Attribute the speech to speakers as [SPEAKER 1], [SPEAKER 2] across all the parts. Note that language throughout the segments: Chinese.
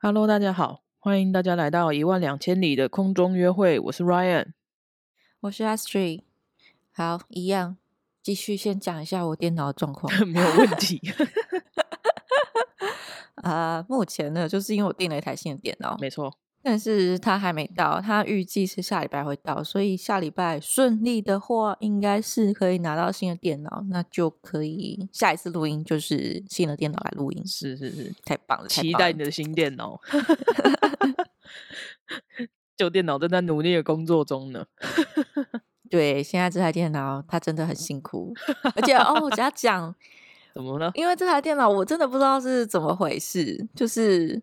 [SPEAKER 1] Hello，大家好，欢迎大家来到一万两千里的空中约会，我是 Ryan。
[SPEAKER 2] 我是 Astri，好，一样，继续先讲一下我电脑的 状况
[SPEAKER 1] 没有问题，
[SPEAKER 2] 啊、目前呢，就是因为我订了一台新的电脑，
[SPEAKER 1] 没错，
[SPEAKER 2] 但是它还没到，它预计是下礼拜会到，所以下礼拜顺利的话，应该是可以拿到新的电脑，那就可以下一次录音就是新的电脑来录音，
[SPEAKER 1] 是是是，
[SPEAKER 2] 太棒了，太
[SPEAKER 1] 期
[SPEAKER 2] 棒
[SPEAKER 1] 待
[SPEAKER 2] 了
[SPEAKER 1] 你的新电脑。 旧电脑正在努力的工作中呢。
[SPEAKER 2] 对，现在这台电脑它真的很辛 苦，而且哦，我只要讲，
[SPEAKER 1] 怎么了？
[SPEAKER 2] 因为这台电脑我真的不知道是怎么回事，就是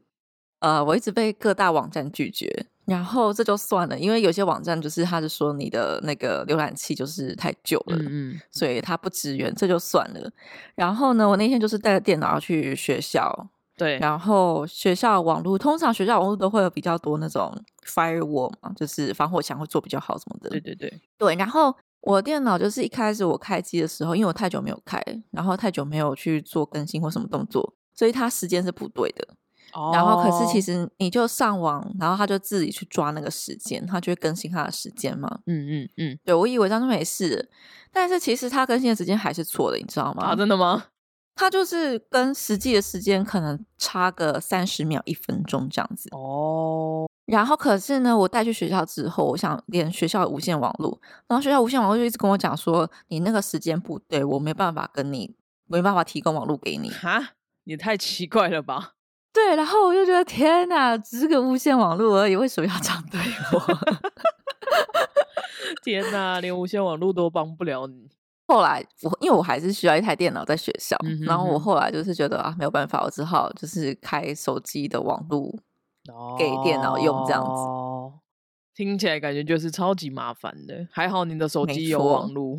[SPEAKER 2] 呃，我一直被各大网站拒绝，然后这就算了，因为有些网站就是他是说你的那个浏览器就是太旧了，
[SPEAKER 1] 嗯嗯，
[SPEAKER 2] 所以它不支援，这就算了。然后呢，我那天就是带着电脑要去学校，
[SPEAKER 1] 对，
[SPEAKER 2] 然后学校网络通常学校网络都会有比较多那种 firewall 嘛，就是防火墙会做比较好什么的，
[SPEAKER 1] 对对对，
[SPEAKER 2] 对，然后我电脑就是一开始我开机的时候，因为我太久没有开，然后太久没有去做更新或什么动作，所以它时间是不对的。然后可是其
[SPEAKER 1] 实，
[SPEAKER 2] 实你就上网，然后它就自己去抓那个时间，它就会更新它的时间嘛。
[SPEAKER 1] 嗯嗯嗯，
[SPEAKER 2] 对我以为这样就没事，但是其实它更新的时间还是错的，你知道吗？
[SPEAKER 1] 啊，真的吗？
[SPEAKER 2] 它就是跟实际的时间可能差个三十秒、一分钟这样子。
[SPEAKER 1] 哦，
[SPEAKER 2] 然后可是呢，我带去学校之后，我想连学校的无线网络，然后学校无线网络就一直跟我讲说，你那个时间不对，我没办法跟你，没办法提供网络给你。
[SPEAKER 1] 哈，也太奇怪了吧？
[SPEAKER 2] 对，然后我就觉得天哪，只是个无线网络而已，为什么要这样对我？
[SPEAKER 1] 天哪，连无线网络都帮不了你。
[SPEAKER 2] 后来我因为我还是需要一台电脑在学校，
[SPEAKER 1] 嗯哼
[SPEAKER 2] 然后我
[SPEAKER 1] 哼
[SPEAKER 2] 后来就是觉得啊，没有办法，我只好就是开手机的网络。
[SPEAKER 1] 给
[SPEAKER 2] 给电脑用这样子
[SPEAKER 1] 子。哦听起来感觉就是超级麻烦的，还好你的手
[SPEAKER 2] 没
[SPEAKER 1] 机有
[SPEAKER 2] 错
[SPEAKER 1] 网络。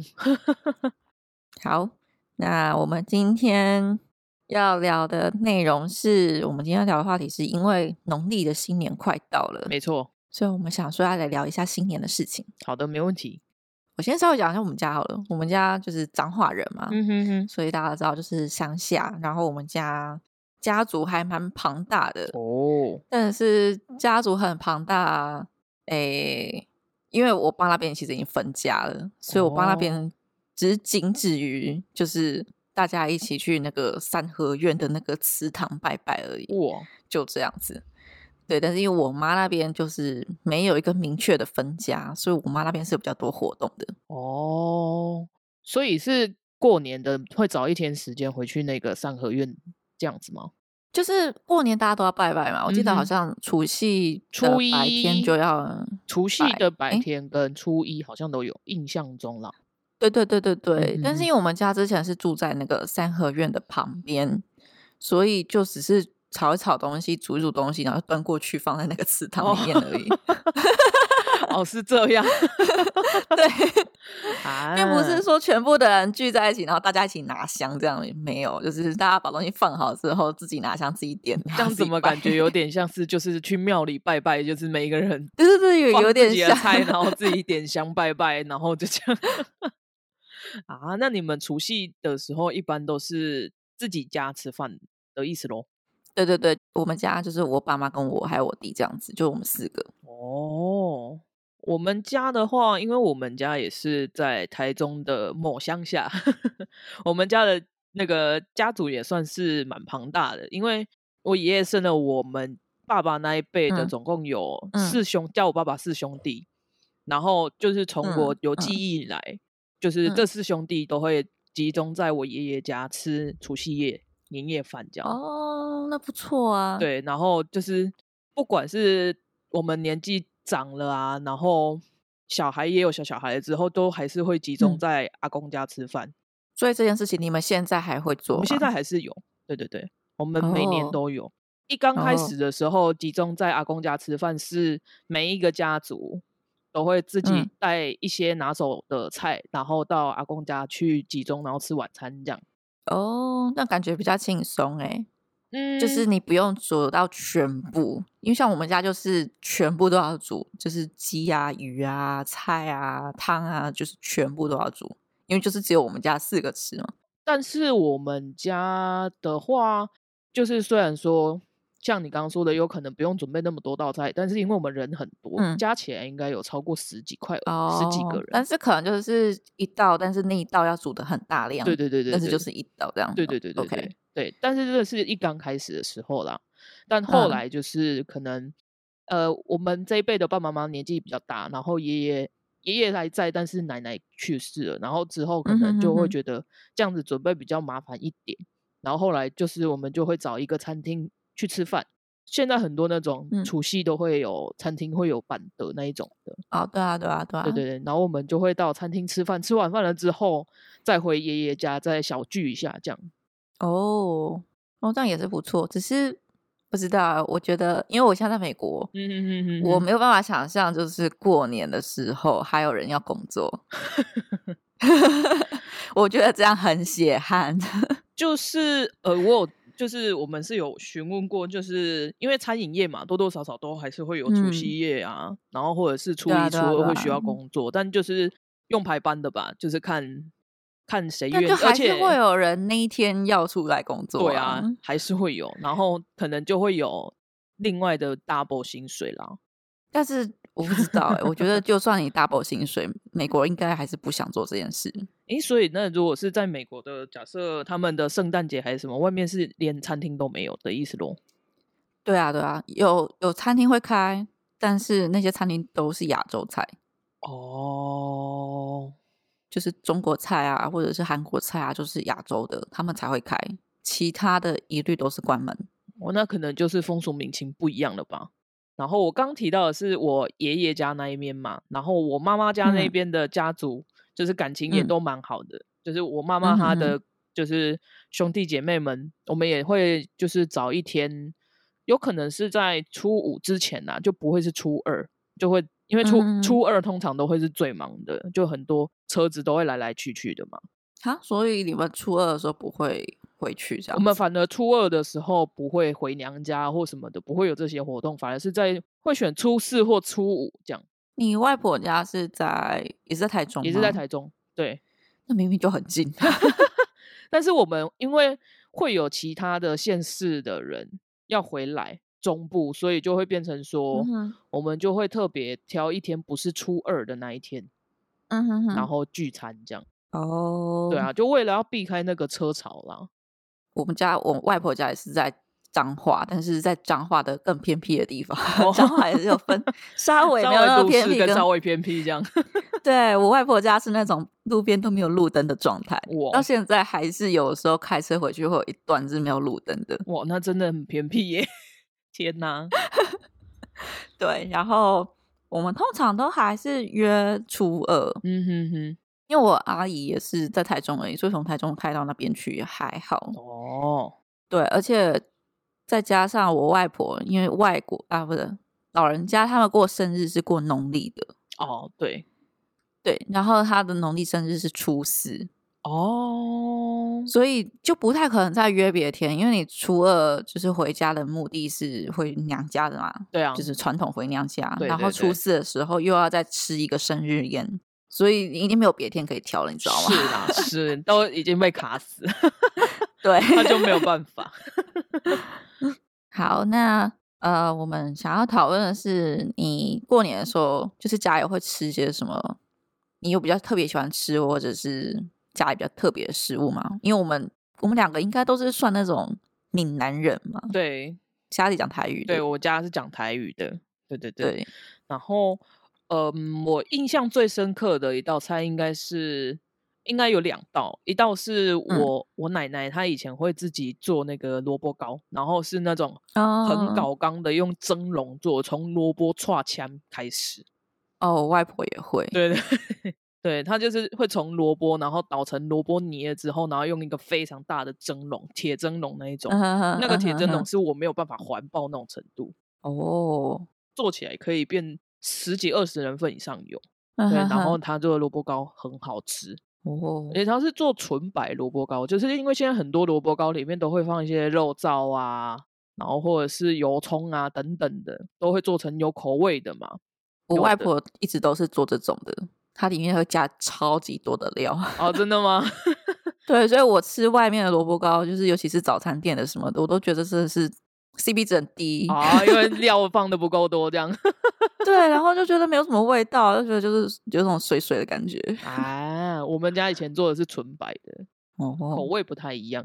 [SPEAKER 2] 好，那我们今天要聊的内容是，我们今天要聊的话题是因为农历的新年快到了，
[SPEAKER 1] 没错，
[SPEAKER 2] 所以我们想说要来聊一下新年的事情。
[SPEAKER 1] 好的，没问题。
[SPEAKER 2] 我先稍微讲一下我们家好了，我们家就是彰化人嘛，
[SPEAKER 1] 嗯哼哼，
[SPEAKER 2] 所以大家知道就是乡下，然后我们家家族还蛮庞大的，
[SPEAKER 1] 哦，
[SPEAKER 2] 但是家族很庞大，啊诶、因为我爸那边其实已经分家了，所以我爸那
[SPEAKER 1] 哦
[SPEAKER 2] 边只仅止于就是大家一起去那个三合院的那个祠堂拜拜而已，
[SPEAKER 1] 哇，
[SPEAKER 2] 就这样子。对，但是因为我妈那边就是没有一个明确的分家，所以我妈那边是有比较多活动的。
[SPEAKER 1] 哦，所以是过年的会找一天时间回去那个三合院这样子吗？
[SPEAKER 2] 就是过年大家都要拜拜嘛，我记得
[SPEAKER 1] 嗯
[SPEAKER 2] 好
[SPEAKER 1] 哼
[SPEAKER 2] 像除夕的
[SPEAKER 1] 初一
[SPEAKER 2] 呃白天就要
[SPEAKER 1] 除夕
[SPEAKER 2] 拜
[SPEAKER 1] 的白
[SPEAKER 2] 诶
[SPEAKER 1] 天跟初一好像都有印象中 啦。
[SPEAKER 2] 对对对对对，
[SPEAKER 1] 嗯
[SPEAKER 2] 但
[SPEAKER 1] 嗯
[SPEAKER 2] 是
[SPEAKER 1] 嗯
[SPEAKER 2] 因为我们家之前是住在那个三合院的旁边，所以就只是炒一炒东西、煮一煮东西，然后端过去放在那个祠堂里面 而已。
[SPEAKER 1] 哦，是这样
[SPEAKER 2] 对，
[SPEAKER 1] 啊，
[SPEAKER 2] 并不是说全部的人聚在一起，然后大家一起拿香，这样也没有，就是大家把东西放好之后，自己拿香自己点。 然
[SPEAKER 1] 这样
[SPEAKER 2] 后自
[SPEAKER 1] 怎
[SPEAKER 2] 己
[SPEAKER 1] 么
[SPEAKER 2] 拜
[SPEAKER 1] 感觉有？点像是就是去庙里拜拜，就是每一个人
[SPEAKER 2] 对对 对，有
[SPEAKER 1] 放
[SPEAKER 2] 有
[SPEAKER 1] 自
[SPEAKER 2] 点
[SPEAKER 1] 己的
[SPEAKER 2] 像。
[SPEAKER 1] 菜，然后自己点香拜拜，然后就这样。 啊，那你们除夕的时候一般都是自己家吃饭的意思喽？
[SPEAKER 2] 对对对，我们家就是我爸妈跟我还有我弟这样子，就我们四个。
[SPEAKER 1] 哦，我们家的话，因为我们家也是在台中的某乡下， 我们家的那个家族也算是蛮庞大的，因为我爷爷生了我们爸爸那一辈的，
[SPEAKER 2] 嗯
[SPEAKER 1] 总共有
[SPEAKER 2] 嗯
[SPEAKER 1] 四兄，叫我爸爸四兄弟，然后就是从我
[SPEAKER 2] 嗯
[SPEAKER 1] 有
[SPEAKER 2] 嗯
[SPEAKER 1] 记忆以来，就是
[SPEAKER 2] 嗯
[SPEAKER 1] 这四兄弟都会集中在我爷爷家吃除夕夜年夜饭这样。
[SPEAKER 2] 哦，那不错啊。，
[SPEAKER 1] 对，然后就是不管是我们年纪长了啊，然后小孩也有小小孩了之后，都还是会集中
[SPEAKER 2] 嗯
[SPEAKER 1] 在阿公家吃饭。
[SPEAKER 2] 所以这件事情你们现在还会做
[SPEAKER 1] 我
[SPEAKER 2] 吗？
[SPEAKER 1] 们现在还是有，对对对，我们每年
[SPEAKER 2] 哦
[SPEAKER 1] 都有。一刚开
[SPEAKER 2] 哦
[SPEAKER 1] 始的时候，集中在阿公家吃饭，是每一个家族都会自己
[SPEAKER 2] 嗯
[SPEAKER 1] 带一些拿手的菜，然后到阿公家去集中，然后吃晚餐这样。
[SPEAKER 2] 哦，那感觉比较轻松哎，
[SPEAKER 1] 嗯，
[SPEAKER 2] 就是你不用煮到全部，因为像我们家就是全部都要煮，就是鸡啊、鱼啊、菜啊、汤啊，就是全部都要煮，因为就是只有我们家四个吃嘛。
[SPEAKER 1] 但是我们家的话，就是虽然说像你刚刚说的，有可能不用准备那么多道菜，但是因为我们人很多，
[SPEAKER 2] 嗯
[SPEAKER 1] 加起来应该有超过十几块、
[SPEAKER 2] 哦，
[SPEAKER 1] 十几个人。
[SPEAKER 2] 但是可能就是一道，但是那一道要煮的很大量，
[SPEAKER 1] 对对对对，
[SPEAKER 2] 但是
[SPEAKER 1] 对
[SPEAKER 2] 就是一道这样子
[SPEAKER 1] 对
[SPEAKER 2] 哦，
[SPEAKER 1] 对对对
[SPEAKER 2] o
[SPEAKER 1] 对
[SPEAKER 2] k
[SPEAKER 1] 对，但是这个是一刚开始的时候啦，但后
[SPEAKER 2] 嗯
[SPEAKER 1] 来就是可能、呃，我们这一辈的爸爸妈妈年纪比较大，然后爷爷爷爷还在，但是奶奶去世了，然后之后可
[SPEAKER 2] 嗯
[SPEAKER 1] 能
[SPEAKER 2] 哼
[SPEAKER 1] 就
[SPEAKER 2] 哼
[SPEAKER 1] 会
[SPEAKER 2] 哼
[SPEAKER 1] 觉得这样子准备比较麻烦一点，然后后来就是我们就会找一个餐厅去吃饭。现在很多那种
[SPEAKER 2] 嗯
[SPEAKER 1] 除夕都会有餐厅会有板的那一种的，
[SPEAKER 2] 哦，对啊，对啊，对啊，
[SPEAKER 1] 对对对，然后我们就会到餐厅吃饭，吃完饭了之后再回爷爷家再小聚一下这样。
[SPEAKER 2] 哦，哦，这样也是不错，只是不知道啊，我觉得，因为我现在在美国，
[SPEAKER 1] 嗯嗯嗯嗯，
[SPEAKER 2] 我没有办法想象，就是过年的时候还有人要工 作，我觉得这样很血汗。
[SPEAKER 1] 就是呃，我有就是我们是有询问过，就是因为餐饮业嘛，多多少少都还是会有除
[SPEAKER 2] 嗯
[SPEAKER 1] 夕夜啊，然后或者是初
[SPEAKER 2] 对啊
[SPEAKER 1] 一、初
[SPEAKER 2] 对啊
[SPEAKER 1] 二
[SPEAKER 2] 对
[SPEAKER 1] 会需
[SPEAKER 2] 啊
[SPEAKER 1] 要工作，但就是用排班的吧，就是看看谁
[SPEAKER 2] 但
[SPEAKER 1] 愿意，
[SPEAKER 2] 就
[SPEAKER 1] 而
[SPEAKER 2] 还是
[SPEAKER 1] 且
[SPEAKER 2] 会有人那一天要出来工作、
[SPEAKER 1] 对啊，还是会有，然后可能就会有另外的 double 薪水啦。
[SPEAKER 2] 但是我不知道、欸，我觉得就算你 double 薪水，美国应该还是不想做这件事。
[SPEAKER 1] 诶，所以那如果是在美国的，假设他们的圣诞节还是什么，外面是连餐厅都没有的意思咯。
[SPEAKER 2] 对啊，对啊，有有餐厅会开，但是那些餐厅都是亚洲菜，
[SPEAKER 1] 哦，
[SPEAKER 2] 就是中国菜啊，或者是韩国菜啊，就是亚洲的，他们才会开，其他的一律都是关门。
[SPEAKER 1] 哦，那可能就是风俗民情不一样了吧。然后我刚提到的是我爷爷家那一边嘛，然后我妈妈家那
[SPEAKER 2] 嗯
[SPEAKER 1] 边的家族、就是感情也
[SPEAKER 2] 嗯
[SPEAKER 1] 都蛮好的，就是我妈妈她
[SPEAKER 2] 嗯哼哼
[SPEAKER 1] 的就是兄弟姐妹们，我们也会就是早一天，有可能是在初五之前呐、就不会是初二，就会因为初、
[SPEAKER 2] 嗯哼哼
[SPEAKER 1] 初二通常都会是最忙的，就很多车子都会来来去去的嘛。
[SPEAKER 2] 啊，所以你们初二的时候不会回去这样子？
[SPEAKER 1] 我们反而初二的时候不会回娘家或什么的，不会有这些活动，反而是在会选初四或初五这样，
[SPEAKER 2] 你外婆家是在也是在台中，
[SPEAKER 1] 也是在，台中。对，
[SPEAKER 2] 那明明就很近。啊
[SPEAKER 1] 但是我们因为会有其他的县市的人要回来中部，所以就会变成说，
[SPEAKER 2] 嗯哼
[SPEAKER 1] 我们就会特别挑一天不是初二的那一天，
[SPEAKER 2] 嗯哼
[SPEAKER 1] 然
[SPEAKER 2] 哼，
[SPEAKER 1] 后聚餐这样。
[SPEAKER 2] 哦，
[SPEAKER 1] 对啊，，就为了要避开那个车潮啦。
[SPEAKER 2] 我们家我外婆家也是在彰化，但是在彰化的更偏僻的地方，
[SPEAKER 1] 哦
[SPEAKER 2] 彰化也是有 分稍微
[SPEAKER 1] 稍
[SPEAKER 2] 没有那
[SPEAKER 1] 微
[SPEAKER 2] 么
[SPEAKER 1] 都
[SPEAKER 2] 偏
[SPEAKER 1] 市
[SPEAKER 2] 僻
[SPEAKER 1] 跟稍微偏僻 这样。
[SPEAKER 2] 对我外婆家是那种路边都没有路灯的状态，
[SPEAKER 1] 哇
[SPEAKER 2] 到现在还是有时候开车回去会有一段是没有路灯的。
[SPEAKER 1] 哇，那真的很偏僻耶！ 天哪，
[SPEAKER 2] 对，然后我们通常都还是约初二，
[SPEAKER 1] 嗯哼哼。
[SPEAKER 2] 因为我阿姨也是在台中而已，所以从台中开到那边去还好。
[SPEAKER 1] 哦，
[SPEAKER 2] 对，而且再加上我外婆，因为外国啊不是老人家，他们过生日是过农历的，
[SPEAKER 1] 哦，对，
[SPEAKER 2] 对，然后她的农历生日是初四，
[SPEAKER 1] 哦，
[SPEAKER 2] 所以就不太可能再约别天，因为你初二就是回家的目的是回娘家的嘛，
[SPEAKER 1] 对啊，
[SPEAKER 2] 就是传统回娘家，
[SPEAKER 1] 对
[SPEAKER 2] 然后
[SPEAKER 1] 对
[SPEAKER 2] 初
[SPEAKER 1] 对
[SPEAKER 2] 四的时候又要再吃一个生日宴，所以你一定没有别天可以挑了，你知道
[SPEAKER 1] 是
[SPEAKER 2] 吗？
[SPEAKER 1] 啦，是都已经被卡死，
[SPEAKER 2] 对，
[SPEAKER 1] 那就没有办法。
[SPEAKER 2] 好，那呃，我们想要讨论的是，你过年的时候，就是家里会吃些什么？你有比较特别喜欢吃，或者是家里比较特别的食物吗？因为我们我们两个应该都是算那种闽南人嘛，
[SPEAKER 1] 对，
[SPEAKER 2] 家里讲台语的，
[SPEAKER 1] 对我家是讲台语的，对对对。
[SPEAKER 2] 对，
[SPEAKER 1] 然后，嗯，我印象最深刻的一道菜应该是，应该有两道，一道是
[SPEAKER 2] 嗯
[SPEAKER 1] 我、我奶奶她以前会自己做那个萝卜糕，然后是那种
[SPEAKER 2] 哦
[SPEAKER 1] 很搞刚的，用蒸笼做，从萝卜串枪开始。
[SPEAKER 2] 哦，我外婆也会，
[SPEAKER 1] 对对 对，它就是会从萝卜，然后捣成萝卜泥了之后，然后用一个非常大的蒸笼，铁蒸笼那一种。那
[SPEAKER 2] 那
[SPEAKER 1] 个铁蒸笼是我没有办法环抱那种程度，
[SPEAKER 2] 哦，
[SPEAKER 1] 做起来可以变十几二十人份以上有。
[SPEAKER 2] 对
[SPEAKER 1] 对，然后它做的萝卜糕很好吃，
[SPEAKER 2] 哦
[SPEAKER 1] 而，且它是做纯白萝卜糕，就是因为现在很多萝卜糕里面都会放一些肉燥啊，然后或者是油葱啊等等的，都会做成有口味的嘛。
[SPEAKER 2] 我
[SPEAKER 1] 有
[SPEAKER 2] 外
[SPEAKER 1] 的
[SPEAKER 2] 婆一直都是做这种的，它里面会加超级多的料。
[SPEAKER 1] 哦，真的吗？
[SPEAKER 2] 对，所以我吃外面的萝卜糕，就是尤其是早餐店的什么的，我都觉得真的是 CP 值很低，
[SPEAKER 1] 啊，因为料放的不够多，这样
[SPEAKER 2] 对，然后就觉得没有什么味道，就觉得就是有种水水的感觉。
[SPEAKER 1] 啊。我们家以前做的是纯白的，口
[SPEAKER 2] 哦，
[SPEAKER 1] 味不太一样。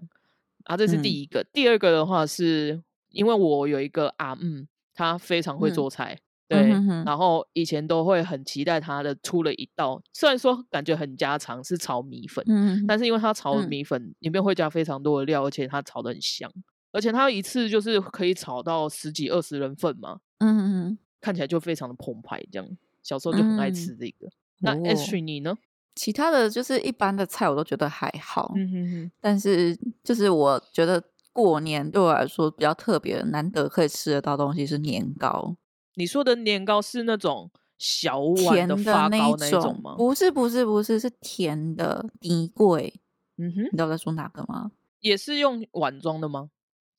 [SPEAKER 1] 啊，这是
[SPEAKER 2] 嗯
[SPEAKER 1] 第一个，第二个的话是因为我有一个阿嗯，他非常会
[SPEAKER 2] 嗯
[SPEAKER 1] 做菜，
[SPEAKER 2] 嗯
[SPEAKER 1] 对，
[SPEAKER 2] 哼哼
[SPEAKER 1] 然后以前都会很期待他的出了一道，虽然说感觉很家常是炒米粉，
[SPEAKER 2] 嗯，
[SPEAKER 1] 但是因为他炒
[SPEAKER 2] 嗯
[SPEAKER 1] 米粉里面会加非常多的料，而且他炒的很香，而且他一次就是可以炒到十几二十人份嘛，
[SPEAKER 2] 嗯嗯，
[SPEAKER 1] 看起来就非常的澎湃，这样小时候就很爱
[SPEAKER 2] 嗯
[SPEAKER 1] 吃这个。那
[SPEAKER 2] 哦
[SPEAKER 1] H 你呢？
[SPEAKER 2] 其他的就是一般的菜我都觉得还好，
[SPEAKER 1] 嗯哼哼，
[SPEAKER 2] 但是就是我觉得过年对我来说比较特别、难得可以吃得到东西是年糕，
[SPEAKER 1] 你说的年糕是那种小碗
[SPEAKER 2] 甜
[SPEAKER 1] 的发
[SPEAKER 2] 那
[SPEAKER 1] 糕
[SPEAKER 2] 一
[SPEAKER 1] 那一
[SPEAKER 2] 种
[SPEAKER 1] 种吗？
[SPEAKER 2] 不是不是不是是甜的低贵，
[SPEAKER 1] 嗯哼，
[SPEAKER 2] 你知道我在说哪个吗？
[SPEAKER 1] 也是用碗装的吗？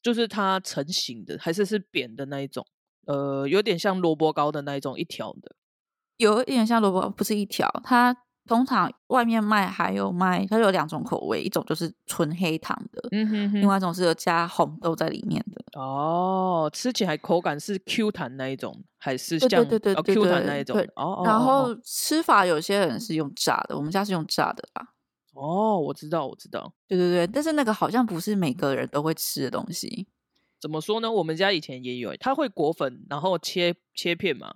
[SPEAKER 1] 就是它成型的，还是是扁的那一种？呃，有点像萝卜糕的那一种一条的。
[SPEAKER 2] 有一点像萝卜，不是一条。它通常外面卖还有卖，它有两种口味，一种就是纯黑糖的，
[SPEAKER 1] 嗯哼
[SPEAKER 2] 另
[SPEAKER 1] 哼，
[SPEAKER 2] 外一种是有加红豆在里面的。
[SPEAKER 1] 哦，吃起来口感是 Q 弹那一种，还是
[SPEAKER 2] 对
[SPEAKER 1] 像
[SPEAKER 2] 对对对
[SPEAKER 1] 哦
[SPEAKER 2] 对
[SPEAKER 1] Q 弹那
[SPEAKER 2] 对
[SPEAKER 1] 一种
[SPEAKER 2] 对
[SPEAKER 1] 的？哦哦，
[SPEAKER 2] 然
[SPEAKER 1] 哦
[SPEAKER 2] 后
[SPEAKER 1] 哦
[SPEAKER 2] 吃法有些人是用炸的，我们家是用炸的啦。
[SPEAKER 1] 哦，我知道我知道。
[SPEAKER 2] 对对对，但是那个好像不是每个人都会吃的东西。
[SPEAKER 1] 怎么说呢？我们家以前也有欸，它会裹粉，然后切切片嘛。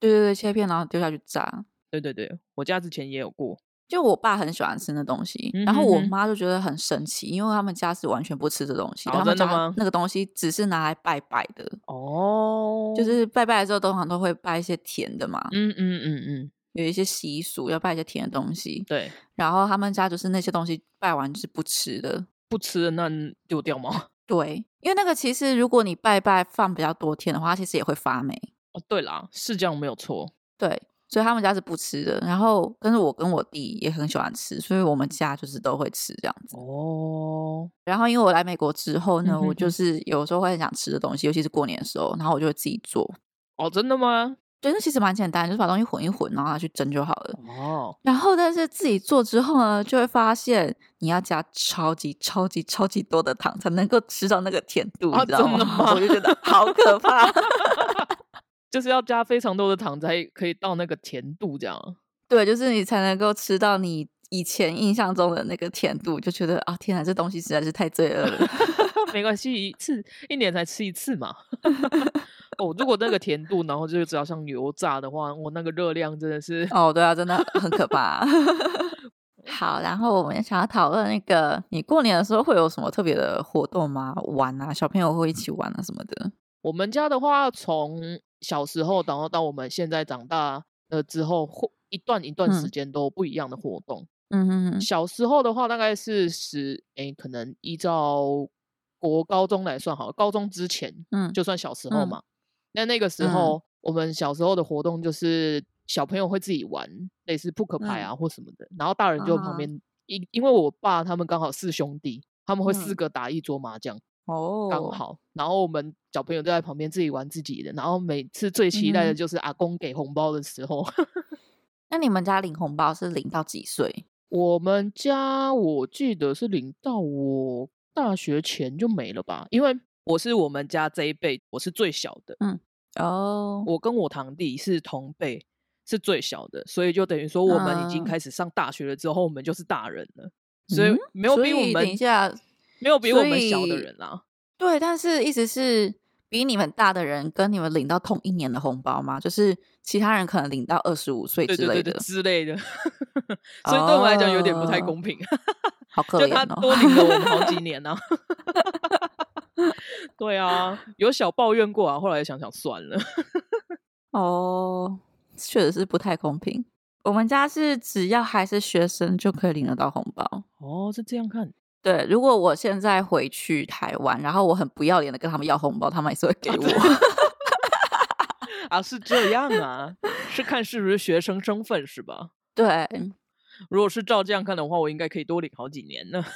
[SPEAKER 2] 对对对，切片然后丢下去炸。
[SPEAKER 1] 对对对，我家之前也有过。
[SPEAKER 2] 就我爸很喜欢吃那东西，
[SPEAKER 1] 嗯
[SPEAKER 2] 然后我
[SPEAKER 1] 哼哼
[SPEAKER 2] 妈就觉得很神奇，因为他们家是完全不吃这东西，
[SPEAKER 1] 哦
[SPEAKER 2] 他们
[SPEAKER 1] 真的
[SPEAKER 2] 家
[SPEAKER 1] 吗
[SPEAKER 2] 那个东西只是拿来拜拜的。
[SPEAKER 1] 哦，
[SPEAKER 2] 就是拜拜的时候，通常都会拜一些甜的嘛，
[SPEAKER 1] 嗯嗯嗯嗯，
[SPEAKER 2] 有一些习俗要拜一些甜的东西。
[SPEAKER 1] 对，
[SPEAKER 2] 然后他们家就是那些东西拜完是不吃的，
[SPEAKER 1] 不吃的那丢掉吗？
[SPEAKER 2] 对，因为那个其实如果你拜拜放比较多天的话，它其实也会发霉，
[SPEAKER 1] 哦，对啦，是这样没有错。
[SPEAKER 2] 对，所以他们家是不吃的。然后，但是我跟我弟也很喜欢吃，所以我们家就是都会吃这样子。
[SPEAKER 1] 哦，
[SPEAKER 2] 然后，因为我来美国之后呢，
[SPEAKER 1] 嗯哼
[SPEAKER 2] 我就
[SPEAKER 1] 哼
[SPEAKER 2] 是有时候会很想吃的东西，尤其是过年的时候，然后我就会自己做。
[SPEAKER 1] 哦，真的吗？
[SPEAKER 2] 对，那其实蛮简单，就是把东西混一混，然后拿去蒸就好了。
[SPEAKER 1] 哦，
[SPEAKER 2] 然后，但是自己做之后呢，就会发现你要加超级超级超级多的糖才能够吃到那个甜度，
[SPEAKER 1] 啊
[SPEAKER 2] 你知道
[SPEAKER 1] 真 的吗
[SPEAKER 2] 我就觉得好可怕。
[SPEAKER 1] 就是要加非常多的糖才可以到那个甜度，这样。
[SPEAKER 2] 对，就是你才能够吃到你以前印象中的那个甜度，就觉得啊，天哪，这东西实在是太罪恶了。
[SPEAKER 1] 没关系，一次一年才吃一次嘛。 哦，如果那个甜度，然后就只要像油炸的话，我那个热量真的是
[SPEAKER 2] 哦，对啊，真的很可怕。 好，然后我们想要讨论那个，你过年的时候会有什么特别的活动吗？玩啊，小朋友会一起玩啊什么的。
[SPEAKER 1] 我们家的话，从小时候，然后到我们现在长大了之后，或一段一段时
[SPEAKER 2] 嗯
[SPEAKER 1] 间都有不一样的活动。
[SPEAKER 2] 嗯哼哼，
[SPEAKER 1] 小时候的话，大概是十，诶，可能依照国高中来算好了，高中之前
[SPEAKER 2] 嗯，
[SPEAKER 1] 就算小时候
[SPEAKER 2] 嗯
[SPEAKER 1] 嘛。那那个时
[SPEAKER 2] 嗯
[SPEAKER 1] 候，我们小时候的活动就是小朋友会自己玩，类似扑克牌
[SPEAKER 2] 嗯
[SPEAKER 1] 啊或什么的，然后大人就旁
[SPEAKER 2] 啊
[SPEAKER 1] 边，因因为我爸他们刚好四兄弟，他们会四
[SPEAKER 2] 嗯
[SPEAKER 1] 个打一桌麻将。
[SPEAKER 2] 哦，
[SPEAKER 1] 刚，好，然后我们小朋友就在旁边自己玩自己的，然后每次最期待
[SPEAKER 2] 嗯
[SPEAKER 1] 的
[SPEAKER 2] 哼
[SPEAKER 1] 就是阿公给红包的时候。
[SPEAKER 2] 那你们家领红包是领到几岁？
[SPEAKER 1] 我们家我记得是领到我大学前就没了吧，因为我是我们家这一辈，我是最小的，
[SPEAKER 2] 哦，
[SPEAKER 1] 我跟我堂弟是同辈，是最小的，所以就等于说我们已经
[SPEAKER 2] 嗯
[SPEAKER 1] 开始上大学了之后，我们就是大人了，所以
[SPEAKER 2] 嗯
[SPEAKER 1] 没有
[SPEAKER 2] 所
[SPEAKER 1] 比我
[SPEAKER 2] 以
[SPEAKER 1] 们
[SPEAKER 2] 等一下，
[SPEAKER 1] 没有比我
[SPEAKER 2] 所
[SPEAKER 1] 们小的
[SPEAKER 2] 以
[SPEAKER 1] 人啦、
[SPEAKER 2] 对，但是意思是比你们大的人跟你们领到同一年的红包吗？就是其他人可能领到二十五岁
[SPEAKER 1] 对
[SPEAKER 2] 之
[SPEAKER 1] 对对
[SPEAKER 2] 类
[SPEAKER 1] 对
[SPEAKER 2] 的，
[SPEAKER 1] 之类的， 所以对我们来讲有点不太
[SPEAKER 2] 哦
[SPEAKER 1] 公平。
[SPEAKER 2] 好可
[SPEAKER 1] 就
[SPEAKER 2] 怜
[SPEAKER 1] 他
[SPEAKER 2] 哦。
[SPEAKER 1] 多领了我们好几年呢、对啊，有小抱怨过啊，后来想想算了。
[SPEAKER 2] 哦，确实是不太公平。我们家是只要还是学生就可以领得到红包。
[SPEAKER 1] 哦，是这样看
[SPEAKER 2] 对，如果我现在回去台湾，然后我很不要脸的跟他们要红包，他们也是会 给我。
[SPEAKER 1] 啊，是这样啊，是看是不是学生身份是吧？
[SPEAKER 2] 对，
[SPEAKER 1] 如果是照这样看的话，我应该可以多领好几年呢。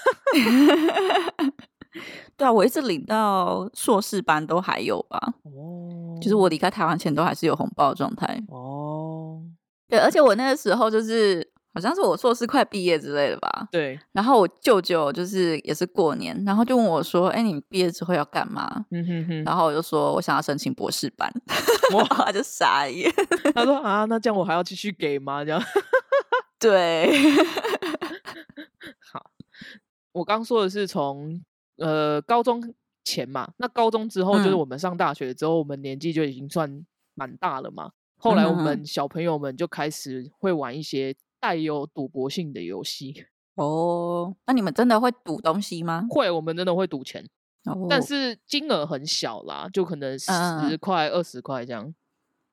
[SPEAKER 2] 对啊，我一直领到硕士班都还有吧，
[SPEAKER 1] 哦
[SPEAKER 2] 就是我离开台湾前都还是有红包的状态。
[SPEAKER 1] 哦，
[SPEAKER 2] 对，而且我那个时候就是好像是我硕士快毕业之类的吧。
[SPEAKER 1] 对，
[SPEAKER 2] 然后我舅舅就是也是过年，然后就问我说：“哎，你毕业之后要干嘛？”
[SPEAKER 1] 嗯哼哼。
[SPEAKER 2] 然后我就说我想要申请博士班，
[SPEAKER 1] 哇
[SPEAKER 2] 哇，他就傻眼。
[SPEAKER 1] 他说啊，那这样我还要继续给吗？这样
[SPEAKER 2] 对，
[SPEAKER 1] 好。我刚说的是从呃高中前嘛，那高中之后就是
[SPEAKER 2] 嗯
[SPEAKER 1] 我们上大学之后，我们年纪就已经算蛮大了嘛。后来我
[SPEAKER 2] 嗯哼哼
[SPEAKER 1] 们小朋友们就开始会玩一些带有赌博性的游戏，
[SPEAKER 2] 哦，那你们真的会赌东西吗？
[SPEAKER 1] 会我们真的会赌钱，
[SPEAKER 2] 哦
[SPEAKER 1] 但是金额很小啦，就可能
[SPEAKER 2] 嗯
[SPEAKER 1] 十块、二十块这样。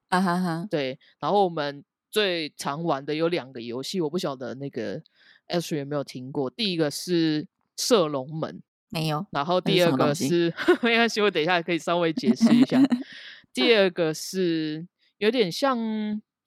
[SPEAKER 2] 啊哈哈，
[SPEAKER 1] 对，然后我们最常玩的有两个游戏，我不晓得那个 Ash 有没有听过。第一个是射龙门，
[SPEAKER 2] 没有，
[SPEAKER 1] 然后
[SPEAKER 2] 那是
[SPEAKER 1] 第
[SPEAKER 2] 什
[SPEAKER 1] 二
[SPEAKER 2] 么
[SPEAKER 1] 个
[SPEAKER 2] 东西
[SPEAKER 1] 是， 没关系，我等一下可以稍微解释一 下。第二个是有点像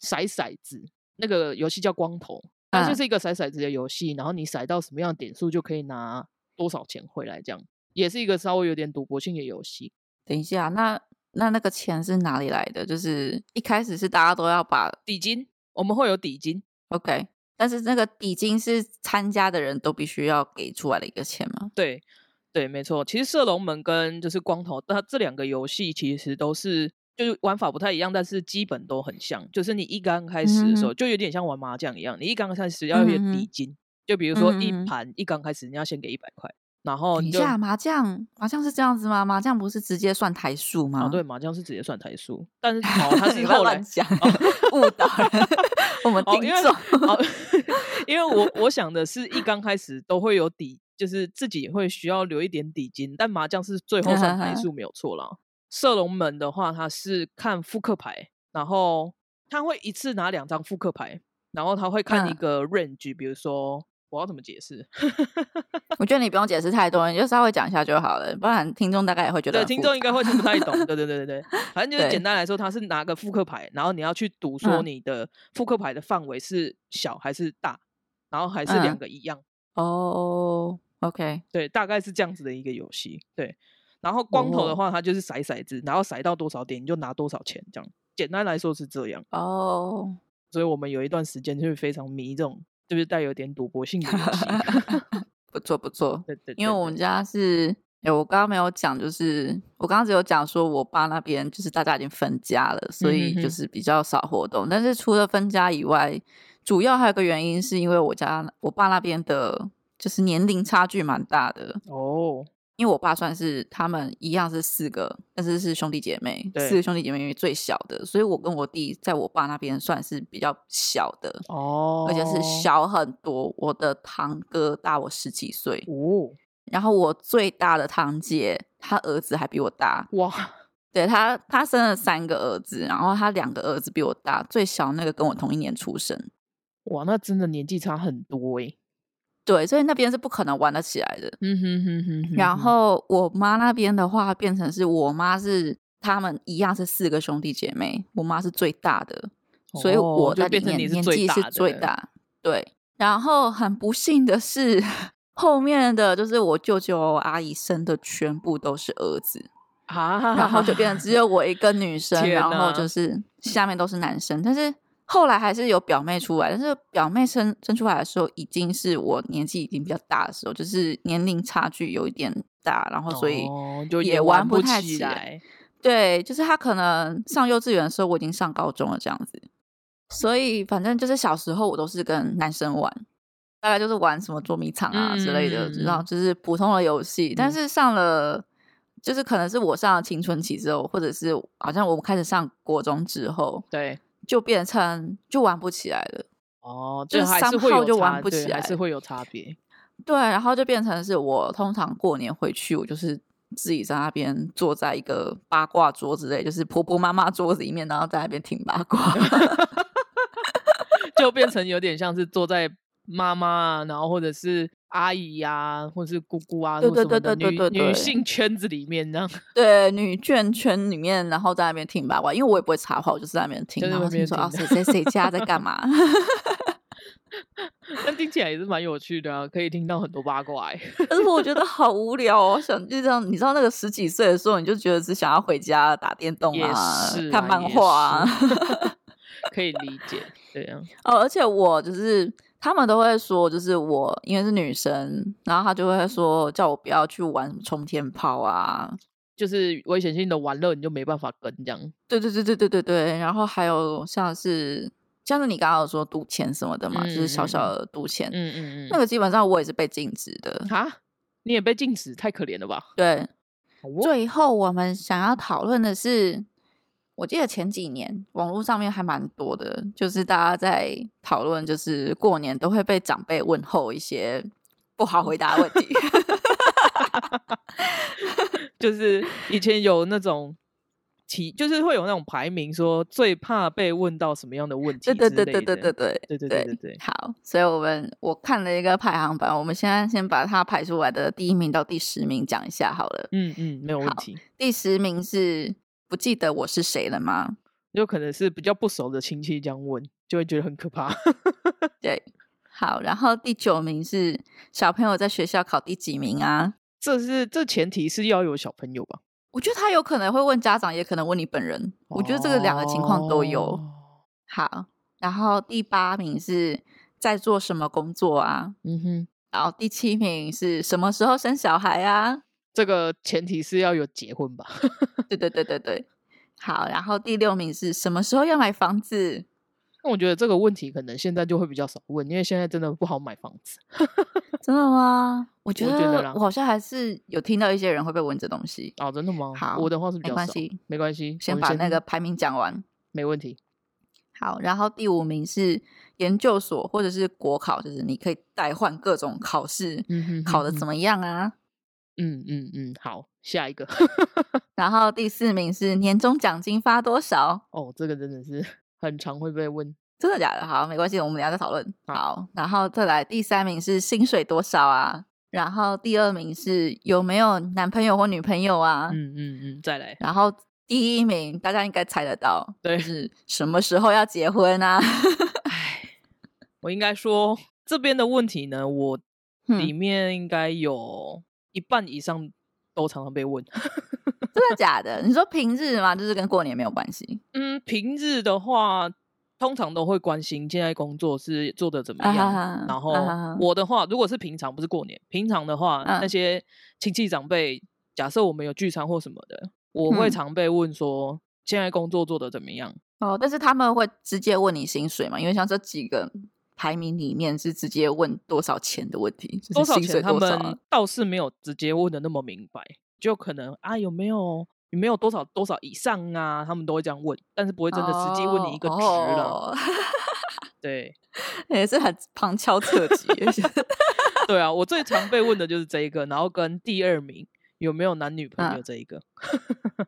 [SPEAKER 1] 骰骰子，那个游戏叫光头，它就
[SPEAKER 2] 嗯
[SPEAKER 1] 是一个骰骰子的游戏，然后你骰到什么样的点数就可以拿多少钱回来，这样也是一个稍微有点赌博性的游戏。
[SPEAKER 2] 等一下，那那那个钱是哪里来的？就是一开始是大家都要把
[SPEAKER 1] 底金，我们会有底金，
[SPEAKER 2] OK，但是那个底金是参加的人都必须要给出来的一个钱吗？
[SPEAKER 1] 对，对，没错。其实射龙门跟就是光头，它这两个游戏其实都是就是玩法不太一样，但是基本都很像。就是你一刚开始的时候，就有点像玩麻将一样，你一刚开始要有点
[SPEAKER 2] 嗯哼
[SPEAKER 1] 底
[SPEAKER 2] 哼
[SPEAKER 1] 金，就比如说一
[SPEAKER 2] 嗯哼哼
[SPEAKER 1] 盘、一刚开始你要先给一百块，然后
[SPEAKER 2] 等
[SPEAKER 1] 哦你
[SPEAKER 2] 一
[SPEAKER 1] 就
[SPEAKER 2] 下，麻将麻将是这样子吗？麻将不是直接算台数吗？
[SPEAKER 1] 哦 对，麻将是直接算台数，但是哦它
[SPEAKER 2] 你
[SPEAKER 1] 是
[SPEAKER 2] 不要
[SPEAKER 1] 后来
[SPEAKER 2] 乱讲
[SPEAKER 1] 哦，
[SPEAKER 2] 误导人我们
[SPEAKER 1] 哦，
[SPEAKER 2] 听
[SPEAKER 1] 因为
[SPEAKER 2] 众。
[SPEAKER 1] 哦，因为我我想的是一刚开始都会有底，就是自己会需要留一点底金，但麻将是最后算牌数没有错啦。射龙门的话，它是看扑克牌，然后他会一次拿两张扑克牌，然后他会看一
[SPEAKER 2] 嗯
[SPEAKER 1] 个 range，比如说我要怎么解释？
[SPEAKER 2] 我觉得你不用解释太多，你就稍微讲一下就好了，不然听众大概也会觉得
[SPEAKER 1] 对，
[SPEAKER 2] 很
[SPEAKER 1] 听
[SPEAKER 2] 复
[SPEAKER 1] 众应
[SPEAKER 2] 杂
[SPEAKER 1] 该会听不 太懂。对对对对对，反正就是简
[SPEAKER 2] 对
[SPEAKER 1] 单来说，它是拿个扑克牌，然后你要去赌说
[SPEAKER 2] 嗯
[SPEAKER 1] 你的扑克牌的范围是小还是大，然后还是两
[SPEAKER 2] 嗯
[SPEAKER 1] 个一样。
[SPEAKER 2] 哦。OK，
[SPEAKER 1] 对，大概是这样子的一个游戏。对，然后光头的
[SPEAKER 2] 哦
[SPEAKER 1] 话，它就是骰骰子，然后骰到多少点你就拿多少钱，这样。简单来说是这样，
[SPEAKER 2] 哦，
[SPEAKER 1] 所以我们有一段时间就是非常迷这种，就是带有点赌博性的游 戏。
[SPEAKER 2] 不错不错，
[SPEAKER 1] 对对对
[SPEAKER 2] 因为我
[SPEAKER 1] 对
[SPEAKER 2] 们家是，哎、我刚刚没有讲，就是我刚刚只有讲说我爸那边就是大家已经分家了，所
[SPEAKER 1] 嗯
[SPEAKER 2] 以
[SPEAKER 1] 哼
[SPEAKER 2] 就
[SPEAKER 1] 哼
[SPEAKER 2] 是比较少活动。但是除了分家以外，主要还有个原因是因为我家我爸那边的，就是年龄差距蛮大的。
[SPEAKER 1] 哦，
[SPEAKER 2] 因为我爸算是他们一样是四个，但是是兄弟姐妹，
[SPEAKER 1] 对
[SPEAKER 2] 四个兄弟姐妹里面最小的，所以我跟我弟在我爸那边算是比较小的，
[SPEAKER 1] 哦，
[SPEAKER 2] 而且是小很多。我的堂哥大我十几岁，
[SPEAKER 1] 哦，
[SPEAKER 2] 然后我最大的堂姐，她儿子还比我大，
[SPEAKER 1] 哇，
[SPEAKER 2] 对她，她生了三个儿子，然后她两个儿子比我大，最小那个跟我同一年出生，
[SPEAKER 1] 哇，那真的年纪差很多欸诶。
[SPEAKER 2] 对，所以那边是不可能玩得起来的。
[SPEAKER 1] 嗯哼哼哼哼
[SPEAKER 2] 然
[SPEAKER 1] 哼
[SPEAKER 2] 后我妈那边的话，变成是我妈是他们一样是四个兄弟姐妹，我妈是最大的，所以
[SPEAKER 1] 哦
[SPEAKER 2] 我
[SPEAKER 1] 就
[SPEAKER 2] 在里
[SPEAKER 1] 变成
[SPEAKER 2] 面
[SPEAKER 1] 你是
[SPEAKER 2] 年
[SPEAKER 1] 最
[SPEAKER 2] 纪
[SPEAKER 1] 大
[SPEAKER 2] 是
[SPEAKER 1] 的
[SPEAKER 2] 最大，对。然后很不幸的是， 后面的就是我舅舅阿姨生的全部都是儿子，
[SPEAKER 1] 啊，
[SPEAKER 2] 然后就变成只有我一个女生，
[SPEAKER 1] 天
[SPEAKER 2] 然后
[SPEAKER 1] 哪
[SPEAKER 2] 就是下面都是男生，但是后来还是有表妹出来，但是表妹生生出来的时候，已经是我年纪已经比较大的时候，就是年龄差距有一点大，然后所以、
[SPEAKER 1] 哦就
[SPEAKER 2] 也
[SPEAKER 1] 也
[SPEAKER 2] 玩不
[SPEAKER 1] 不
[SPEAKER 2] 太
[SPEAKER 1] 起
[SPEAKER 2] 起来
[SPEAKER 1] 来。
[SPEAKER 2] 对，就是她可能上幼稚园的时候，我已经上高中了这样子，所以反正就是小时候我都是跟男生玩。大概就是玩什么捉迷藏啊之类的，
[SPEAKER 1] 嗯
[SPEAKER 2] 然后就是普通的游戏。但
[SPEAKER 1] 嗯
[SPEAKER 2] 是上了，就是可能是我上了青春期之后，或者是好像我们开始上国中之后，
[SPEAKER 1] 对，
[SPEAKER 2] 就变成就玩不起来了。
[SPEAKER 1] 哦，
[SPEAKER 2] 就是
[SPEAKER 1] 还是会
[SPEAKER 2] somehow
[SPEAKER 1] 有
[SPEAKER 2] 就玩
[SPEAKER 1] 差
[SPEAKER 2] 不
[SPEAKER 1] 对
[SPEAKER 2] 起
[SPEAKER 1] 还是
[SPEAKER 2] 来
[SPEAKER 1] 会有差别。
[SPEAKER 2] 对，然后就变成是我通常过年回去，我就是自己在那边坐在一个八卦桌之类，就是婆婆妈妈桌子里面，然后在那边听八卦。
[SPEAKER 1] 就变成有点像是坐在妈妈啊，然后或者是阿姨呀、或者是姑姑啊，
[SPEAKER 2] 对
[SPEAKER 1] 或什
[SPEAKER 2] 对
[SPEAKER 1] 么的
[SPEAKER 2] 对对
[SPEAKER 1] 女
[SPEAKER 2] 对对
[SPEAKER 1] 女性圈子里面这样，
[SPEAKER 2] 对女眷圈里面，然后在那边听八卦，因为我也不会插话，我就是在那边听，
[SPEAKER 1] 就在
[SPEAKER 2] 然
[SPEAKER 1] 那
[SPEAKER 2] 后
[SPEAKER 1] 边
[SPEAKER 2] 听说啊
[SPEAKER 1] 听
[SPEAKER 2] 谁谁谁家在干嘛，
[SPEAKER 1] 但听起来也是蛮有趣的啊，可以听到很多八卦、欸。
[SPEAKER 2] 但是我觉得好无聊哦，想就这样，你知道那个十几岁的时候，你就觉得只想要回家打电动
[SPEAKER 1] 也
[SPEAKER 2] 啊
[SPEAKER 1] 是，
[SPEAKER 2] 看
[SPEAKER 1] 啊
[SPEAKER 2] 漫
[SPEAKER 1] 也
[SPEAKER 2] 画啊。
[SPEAKER 1] 是可以理解，对啊，
[SPEAKER 2] 哦，而且我就是他们都会说，就是我因为是女生，然后他就会说叫我不要去玩什么冲天炮啊，
[SPEAKER 1] 就是危险性的玩乐，你就没办法跟这样。
[SPEAKER 2] 对对对对对对对，然后还有像是像是你刚刚有说赌钱什么的嘛，就是小小
[SPEAKER 1] 嗯
[SPEAKER 2] 的赌钱，
[SPEAKER 1] 嗯嗯
[SPEAKER 2] 那个基本上我也是被禁止的
[SPEAKER 1] 嗯，。哈，你也被禁止，太可怜了吧？
[SPEAKER 2] 对，
[SPEAKER 1] 好哦
[SPEAKER 2] 最后我们想要讨论的是，我记得前几年网络上面还蛮多的，就是大家在讨论，就是过年都会被长辈问候一些不好回答的问题。
[SPEAKER 1] 就是以前有那种题，就是会有那种排名，说最怕被问到什么样的问题
[SPEAKER 2] 对
[SPEAKER 1] 之类的。
[SPEAKER 2] 对对对对对对
[SPEAKER 1] 对对对对对
[SPEAKER 2] 好，所以我们我看了一个排行榜，我们现在先把它排出来的第一名到第十名讲一下好了。
[SPEAKER 1] 嗯嗯，没有问
[SPEAKER 2] 好
[SPEAKER 1] 题。
[SPEAKER 2] 第十名是不记得我是谁了吗？
[SPEAKER 1] 有可能是比较不熟的亲戚这样问，就会觉得很可怕。
[SPEAKER 2] 对，好，然后第九名是小朋友在学校考第几名啊？
[SPEAKER 1] 这是这前提是要有小朋友吧？
[SPEAKER 2] 我觉得他有可能会问家长，也可能问你本人。我觉得这个两个情况都有。
[SPEAKER 1] 哦
[SPEAKER 2] 好，然后第八名是在做什么工作啊？
[SPEAKER 1] 嗯哼，
[SPEAKER 2] 然后第七名是什么时候生小孩啊？
[SPEAKER 1] 这个前提是要有结婚吧？
[SPEAKER 2] 对对对对对。好，然后第六名是什么时候要买房子？
[SPEAKER 1] 那我觉得这个问题可能现在就会比较少问，因为现在真的不好买房子。
[SPEAKER 2] 真的吗？我觉
[SPEAKER 1] 我觉得
[SPEAKER 2] 得
[SPEAKER 1] 啦
[SPEAKER 2] 我好像还是有听到一些人会被问这东西。
[SPEAKER 1] 哦，真的吗？
[SPEAKER 2] 好
[SPEAKER 1] 我的话是比
[SPEAKER 2] 没
[SPEAKER 1] 较
[SPEAKER 2] 关
[SPEAKER 1] 少
[SPEAKER 2] 系，
[SPEAKER 1] 没关系，我
[SPEAKER 2] 先
[SPEAKER 1] 们
[SPEAKER 2] 把那个排名讲完。
[SPEAKER 1] 没问题。
[SPEAKER 2] 好，然后第五名是研究所或者是国考，就是你可以代换各种考试，
[SPEAKER 1] 嗯哼
[SPEAKER 2] 考的
[SPEAKER 1] 哼
[SPEAKER 2] 怎么样啊？
[SPEAKER 1] 嗯嗯嗯，好，下一个。
[SPEAKER 2] 然后第四名是年终奖金发多少？
[SPEAKER 1] 哦，这个真的是 很常会被问。
[SPEAKER 2] 真的假的？好，没关系，我们等一下再讨论。
[SPEAKER 1] 好
[SPEAKER 2] 好，然后再来第三名是薪水多少啊？然后第二名是有没有男朋友或女朋友啊？
[SPEAKER 1] 嗯嗯嗯，再来。
[SPEAKER 2] 然后第一名大家应该猜得到，
[SPEAKER 1] 对
[SPEAKER 2] 就是什么时候要结婚 啊？
[SPEAKER 1] 我应该说这边的问题呢，我
[SPEAKER 2] 嗯
[SPEAKER 1] 里面应该有一半以上都常常被问。
[SPEAKER 2] 真的假的？你说平日吗？就是跟过年没有关系。
[SPEAKER 1] 嗯，平日的话，通常都会关心现在工作是做的怎么
[SPEAKER 2] 啊
[SPEAKER 1] 样。
[SPEAKER 2] 哈哈
[SPEAKER 1] 然后
[SPEAKER 2] 啊哈哈
[SPEAKER 1] 我的话，如果是平常不是过年，平常的话，那
[SPEAKER 2] 嗯
[SPEAKER 1] 些亲戚长辈，假设我们有聚餐或什么的，我会
[SPEAKER 2] 嗯
[SPEAKER 1] 常被问说现在工作做的怎么样。
[SPEAKER 2] 哦，但是他们会直接问你薪水嘛？因为像这几个排名里面是直接问多少钱的问题，就
[SPEAKER 1] 多
[SPEAKER 2] 是
[SPEAKER 1] 少
[SPEAKER 2] 薪
[SPEAKER 1] 钱？
[SPEAKER 2] 水
[SPEAKER 1] 他
[SPEAKER 2] 多少啊
[SPEAKER 1] 们？倒是没有直接问的那么明白，就可能啊有没有有没有多少多少以上啊，他们都会这样问，但是不会真的实际问你一个值啦。
[SPEAKER 2] 哦，
[SPEAKER 1] 对
[SPEAKER 2] 也是很旁敲侧 击耶。
[SPEAKER 1] 对啊，我最常被问的就是这一个，然后跟第二名有没有男女朋
[SPEAKER 2] 嗯
[SPEAKER 1] 友这一个。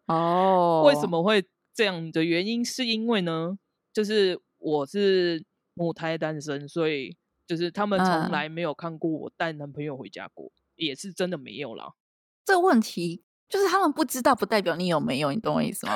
[SPEAKER 2] 哦
[SPEAKER 1] 为什？么会这样的原因，是因为呢，就是我是母胎单身，所以就是他们
[SPEAKER 2] 嗯
[SPEAKER 1] 从来没有看过我带男朋友回家过，也是真的没有啦。
[SPEAKER 2] 这个问题就是他们不知道，不代表你有没有，你懂我意思吗？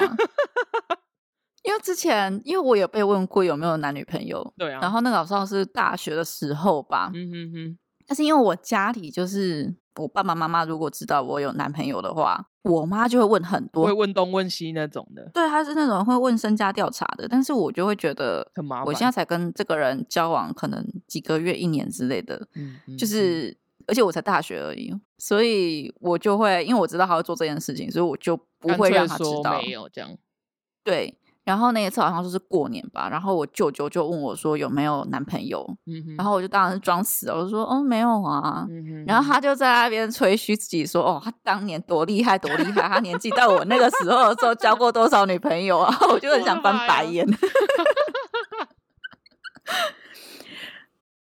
[SPEAKER 2] 因为之前，因为我有被问过有没有男女朋友，
[SPEAKER 1] 对啊，
[SPEAKER 2] 然后那个好像是大学的时候吧，
[SPEAKER 1] 嗯哼哼，
[SPEAKER 2] 但是因为我家里就是我爸爸妈妈，如果知道我有男朋友的话，我妈就会问很多
[SPEAKER 1] 会问东问西那种的。
[SPEAKER 2] 对，他是那种会问身家调查的，但是我就会觉得
[SPEAKER 1] 很麻
[SPEAKER 2] 我现
[SPEAKER 1] 烦
[SPEAKER 2] 在才跟这个人交往，可能几个月、一年之类的，
[SPEAKER 1] 嗯，嗯嗯
[SPEAKER 2] 就是而且我才大学而已，所以我就会因为我知道他会做这件事情，所以我就不
[SPEAKER 1] 干
[SPEAKER 2] 会
[SPEAKER 1] 脆
[SPEAKER 2] 让他知
[SPEAKER 1] 说
[SPEAKER 2] 道
[SPEAKER 1] 没。有这样。
[SPEAKER 2] 对，然后那一次好像就是过年吧，然后我舅舅就问我说有没有男朋友，
[SPEAKER 1] 嗯哼，
[SPEAKER 2] 然后我就当然是装死了，我就说哦没有啊，
[SPEAKER 1] 嗯哼，
[SPEAKER 2] 然后他就在那边吹嘘自己说：“哦，他当年多厉害，多厉害！他年纪到我那个时候的时候，交过多少女朋友啊？” 我就很想翻白眼。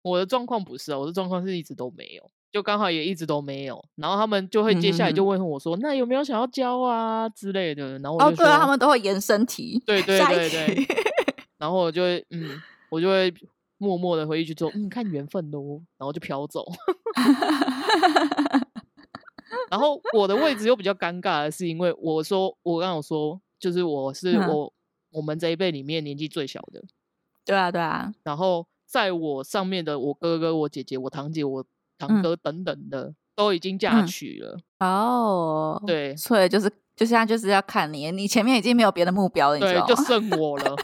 [SPEAKER 1] 我的状况不是啊，我的状况是一直都没有，就刚好也一直都没有。然后他们就
[SPEAKER 2] 嗯
[SPEAKER 1] 会接下来就问我说：“那有没有想要交啊之类的？”然后我
[SPEAKER 2] 哦，
[SPEAKER 1] 就
[SPEAKER 2] 对啊，他
[SPEAKER 1] 说
[SPEAKER 2] 们都会延伸题。
[SPEAKER 1] 对对
[SPEAKER 2] 下
[SPEAKER 1] 对
[SPEAKER 2] 一
[SPEAKER 1] 对
[SPEAKER 2] 题。
[SPEAKER 1] 然后我就会嗯，我就会默默的回一句说：“嗯，看缘分喽。”然后就飘走。 然后我的位置又比较尴尬的是，因为我说我刚刚有说，就是我是
[SPEAKER 2] 嗯
[SPEAKER 1] 我、我们这一辈里面年纪最小的，
[SPEAKER 2] 对啊，对啊，
[SPEAKER 1] 然后在我上面的我哥哥、我姐姐、我堂姐、我
[SPEAKER 2] 嗯
[SPEAKER 1] 堂哥等等的、都已经嫁
[SPEAKER 2] 嗯
[SPEAKER 1] 娶了，
[SPEAKER 2] 哦，
[SPEAKER 1] 对
[SPEAKER 2] 所以就是就现在就是要看你，你前面已经没有别的目标了，你知
[SPEAKER 1] 对
[SPEAKER 2] 道，
[SPEAKER 1] 就
[SPEAKER 2] 吗？
[SPEAKER 1] 剩我了，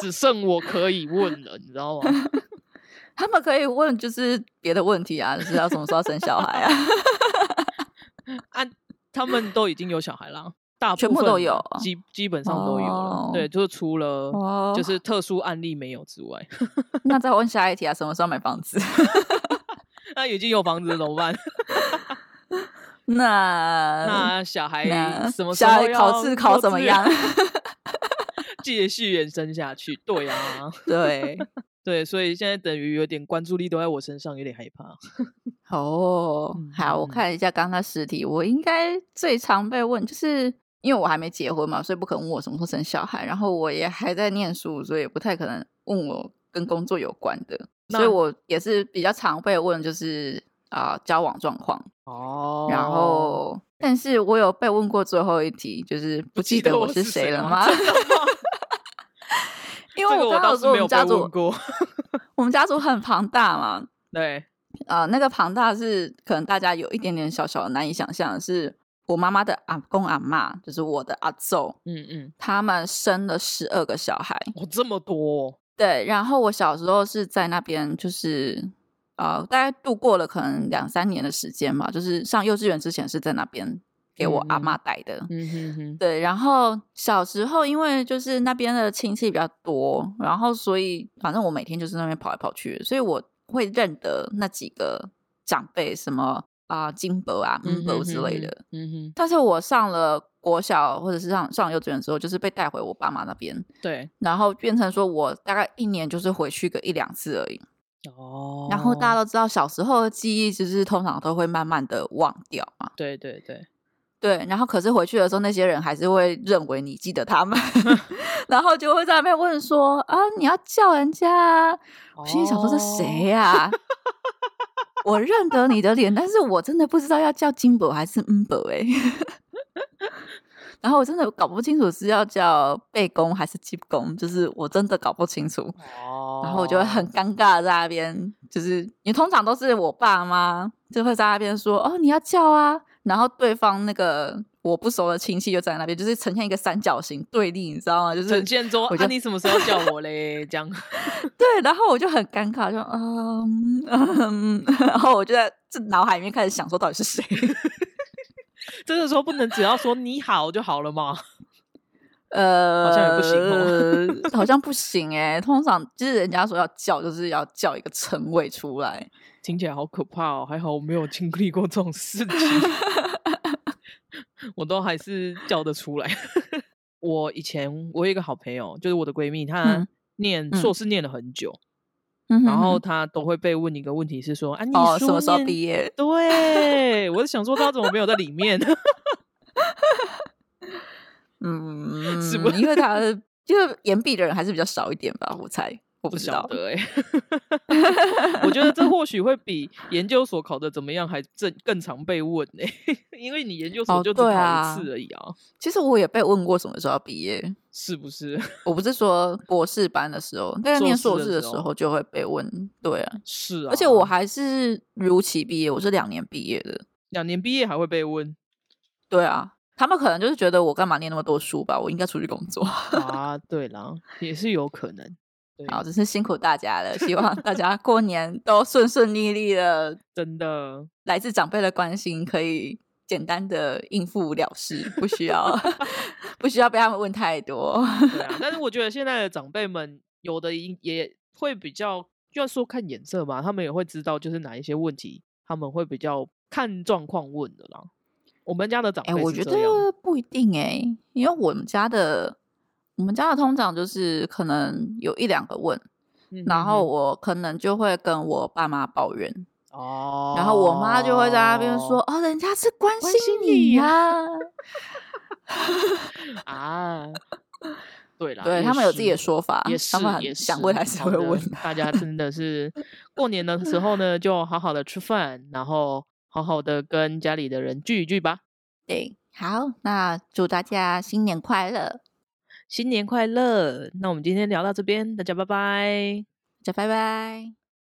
[SPEAKER 1] 只剩我可以问了，你知道吗？
[SPEAKER 2] 他们可以问就是别的问题啊，就是要什么时候要生小孩啊，
[SPEAKER 1] 啊，他们都已经有小孩啦，大部
[SPEAKER 2] 全部都
[SPEAKER 1] 分
[SPEAKER 2] 有
[SPEAKER 1] 基基本上都有了。
[SPEAKER 2] 哦
[SPEAKER 1] 对，就是除了
[SPEAKER 2] 哦
[SPEAKER 1] 就是特殊案例没有之外，
[SPEAKER 2] 那再问下一题啊，什么时候买房子？
[SPEAKER 1] 那已经有房子了怎么办？
[SPEAKER 2] 那
[SPEAKER 1] 那小孩
[SPEAKER 2] 嗯那
[SPEAKER 1] 什么时
[SPEAKER 2] 小
[SPEAKER 1] 候
[SPEAKER 2] 孩
[SPEAKER 1] 要
[SPEAKER 2] 考试考
[SPEAKER 1] 幼
[SPEAKER 2] 怎么
[SPEAKER 1] 稚
[SPEAKER 2] 样
[SPEAKER 1] 园？？继续延伸下去，对啊，
[SPEAKER 2] 对，
[SPEAKER 1] 对，所以现在等于有点关注力都在我身上，有点害怕。
[SPEAKER 2] 哦
[SPEAKER 1] 嗯，
[SPEAKER 2] 好，我
[SPEAKER 1] 嗯
[SPEAKER 2] 看一下刚刚那十题，我应该最常被问，就是因为我还没结婚嘛，所以不可能问我什么时候生小孩，然后我也还在念书，所以也不太可能问我跟工作有关的，所以
[SPEAKER 1] 那
[SPEAKER 2] 我也是比较常被问，就是啊、交往状况，
[SPEAKER 1] 哦
[SPEAKER 2] 然后但是我有被问过最后一题，就是不记得我是谁了 吗？
[SPEAKER 1] 真的吗
[SPEAKER 2] 因为
[SPEAKER 1] 这个
[SPEAKER 2] 刚刚
[SPEAKER 1] 倒
[SPEAKER 2] 有
[SPEAKER 1] 是
[SPEAKER 2] 说我
[SPEAKER 1] 没有
[SPEAKER 2] 们家
[SPEAKER 1] 被
[SPEAKER 2] 族
[SPEAKER 1] 问，过。
[SPEAKER 2] 我们家族很庞大嘛，
[SPEAKER 1] 对，
[SPEAKER 2] 呃，那个庞大是可能大家有一点点小小的难以想象，是我妈妈的阿公阿妈，就是我的阿祖，
[SPEAKER 1] 嗯嗯，
[SPEAKER 2] 他们生了十二个小孩。
[SPEAKER 1] 哦，这么多哦，
[SPEAKER 2] 对，然后我小时候是在那边，就是呃，大概度过了可能两三年的时间吧，就是上幼稚园之前是在那边给我阿
[SPEAKER 1] 嗯嗯
[SPEAKER 2] 妈带的。
[SPEAKER 1] 嗯哼哼，
[SPEAKER 2] 对，然后小时候因为就是那边的亲戚比较多，然后所以反正我每天就是那边跑来跑去，所以我会认得那几个长辈，什么啊、金伯啊、嗯伯之类的。，
[SPEAKER 1] 嗯哼，
[SPEAKER 2] 但是我上了国小或者是上上幼稚园之后，就是被带回我爸妈那边，
[SPEAKER 1] 对，
[SPEAKER 2] 然后变成说我大概一年就是回去个一两次而已。
[SPEAKER 1] 哦，
[SPEAKER 2] 然后大家都知道，小时候的记忆就是通常都会慢慢的忘掉嘛。
[SPEAKER 1] 对对对，
[SPEAKER 2] 对，然后可是回去的时候，那些人还是会认为你记得他们，然后就会在那边问说啊，你要叫人家啊？我心里想说这谁
[SPEAKER 1] 哦？
[SPEAKER 2] 呀、 我认得你的脸，但是我真的不知道要叫金伯还是嗯伯哎、 然后我真的搞不清楚是要叫贝公还是鸡公，就是我真的搞不清楚。
[SPEAKER 1] 哦，
[SPEAKER 2] 然后我就会很尴尬地在那边，就是因为通常都是我爸妈就会在那边说哦你要叫啊，然后对方那个我不熟的亲戚就在那边，就是呈现一个三角形对立，你知道吗？就是
[SPEAKER 1] 陈建州，
[SPEAKER 2] 我
[SPEAKER 1] 啊，
[SPEAKER 2] 就
[SPEAKER 1] 你什么时候叫我嘞？这样，
[SPEAKER 2] 对，然后我就很尴尬，就嗯嗯， 然后我就在这脑海里面开始想说到底是谁，
[SPEAKER 1] 这个时候不能只要说你好就好了嘛？
[SPEAKER 2] 呃，
[SPEAKER 1] 像也不行哦
[SPEAKER 2] 行、好像不行哎、通常就是人家说要叫，就是要叫一个称谓出来，
[SPEAKER 1] 听起来好可怕哦，还好我没有经历过这种事 情，我都还是叫得出来。 我以前我有一个好朋友，就是我的闺蜜，她
[SPEAKER 2] 嗯
[SPEAKER 1] 念
[SPEAKER 2] 嗯
[SPEAKER 1] 硕士念了很久，
[SPEAKER 2] 嗯哼
[SPEAKER 1] 然后
[SPEAKER 2] 哼
[SPEAKER 1] 她都会被问一个问题，是说啊，你
[SPEAKER 2] 哦什
[SPEAKER 1] 书
[SPEAKER 2] 么时候
[SPEAKER 1] 念
[SPEAKER 2] 毕业？
[SPEAKER 1] 对，我就想说她怎么没有在里面？
[SPEAKER 2] 嗯，
[SPEAKER 1] 是不
[SPEAKER 2] 因为他就是岩壁的人还是比较少一点吧，我猜，我
[SPEAKER 1] 不
[SPEAKER 2] 知
[SPEAKER 1] 晓
[SPEAKER 2] 道。
[SPEAKER 1] 得 哎、我觉得这或许会比研究所考的怎么样还正更常被问哎、 因为你研究所
[SPEAKER 2] 哦
[SPEAKER 1] 就只考
[SPEAKER 2] 对
[SPEAKER 1] 一
[SPEAKER 2] 啊
[SPEAKER 1] 次而已啊，
[SPEAKER 2] 其实我也被问过什么时候要毕业，
[SPEAKER 1] 是不是？
[SPEAKER 2] 我不是说博士班的时候，但是念
[SPEAKER 1] 硕
[SPEAKER 2] 硕
[SPEAKER 1] 士
[SPEAKER 2] 士
[SPEAKER 1] 的
[SPEAKER 2] 的
[SPEAKER 1] 时
[SPEAKER 2] 时
[SPEAKER 1] 候
[SPEAKER 2] 候就会被问。对啊，
[SPEAKER 1] 是啊，
[SPEAKER 2] 而且我还是如期毕业，我是两年毕业的。
[SPEAKER 1] 两年毕业还会被问
[SPEAKER 2] 对啊，他们可能就是觉得我干嘛念那么多书吧，我应该出去工作。
[SPEAKER 1] 啊，对啦，也是有可能。对，
[SPEAKER 2] 好，真是辛苦大家了，希望大家过年都顺顺利利的。
[SPEAKER 1] 真的，
[SPEAKER 2] 来自长辈的关心可以简单的应付了事，不需 要不需要被他们问太多。
[SPEAKER 1] 对啊。但是我觉得现在的长辈们，有的也也会比较，就要说看眼色嘛，他们也会知道就是哪一些问题，他们会比较看状况问的啦。我们家的长
[SPEAKER 2] 哎、
[SPEAKER 1] 辈
[SPEAKER 2] 我
[SPEAKER 1] 是
[SPEAKER 2] 觉
[SPEAKER 1] 这样
[SPEAKER 2] 得不一定哎、因为我们家的我们家的通常就是可能有一两个问，
[SPEAKER 1] 嗯
[SPEAKER 2] 然
[SPEAKER 1] 哼
[SPEAKER 2] 后
[SPEAKER 1] 哼
[SPEAKER 2] 我可能就会跟我爸妈抱怨，
[SPEAKER 1] 哦，
[SPEAKER 2] 然后我妈就会在那边说：“哦，人家是关
[SPEAKER 1] 关
[SPEAKER 2] 心
[SPEAKER 1] 心你
[SPEAKER 2] 你呀、
[SPEAKER 1] 啊，对啦，
[SPEAKER 2] 对
[SPEAKER 1] 也
[SPEAKER 2] 他们有自己的
[SPEAKER 1] 是
[SPEAKER 2] 说法，
[SPEAKER 1] 也是
[SPEAKER 2] 他们
[SPEAKER 1] 也
[SPEAKER 2] 很想
[SPEAKER 1] 是
[SPEAKER 2] 问还是
[SPEAKER 1] 好
[SPEAKER 2] 会
[SPEAKER 1] 的
[SPEAKER 2] 问 的。
[SPEAKER 1] 大家真的是过年的时候呢，就好好的吃饭，然后好好的跟家里的人聚一聚吧。
[SPEAKER 2] 对，好，那祝大家新年快乐，
[SPEAKER 1] 新年快乐！那我们今天聊到这边，大家拜拜。
[SPEAKER 2] 大家拜拜。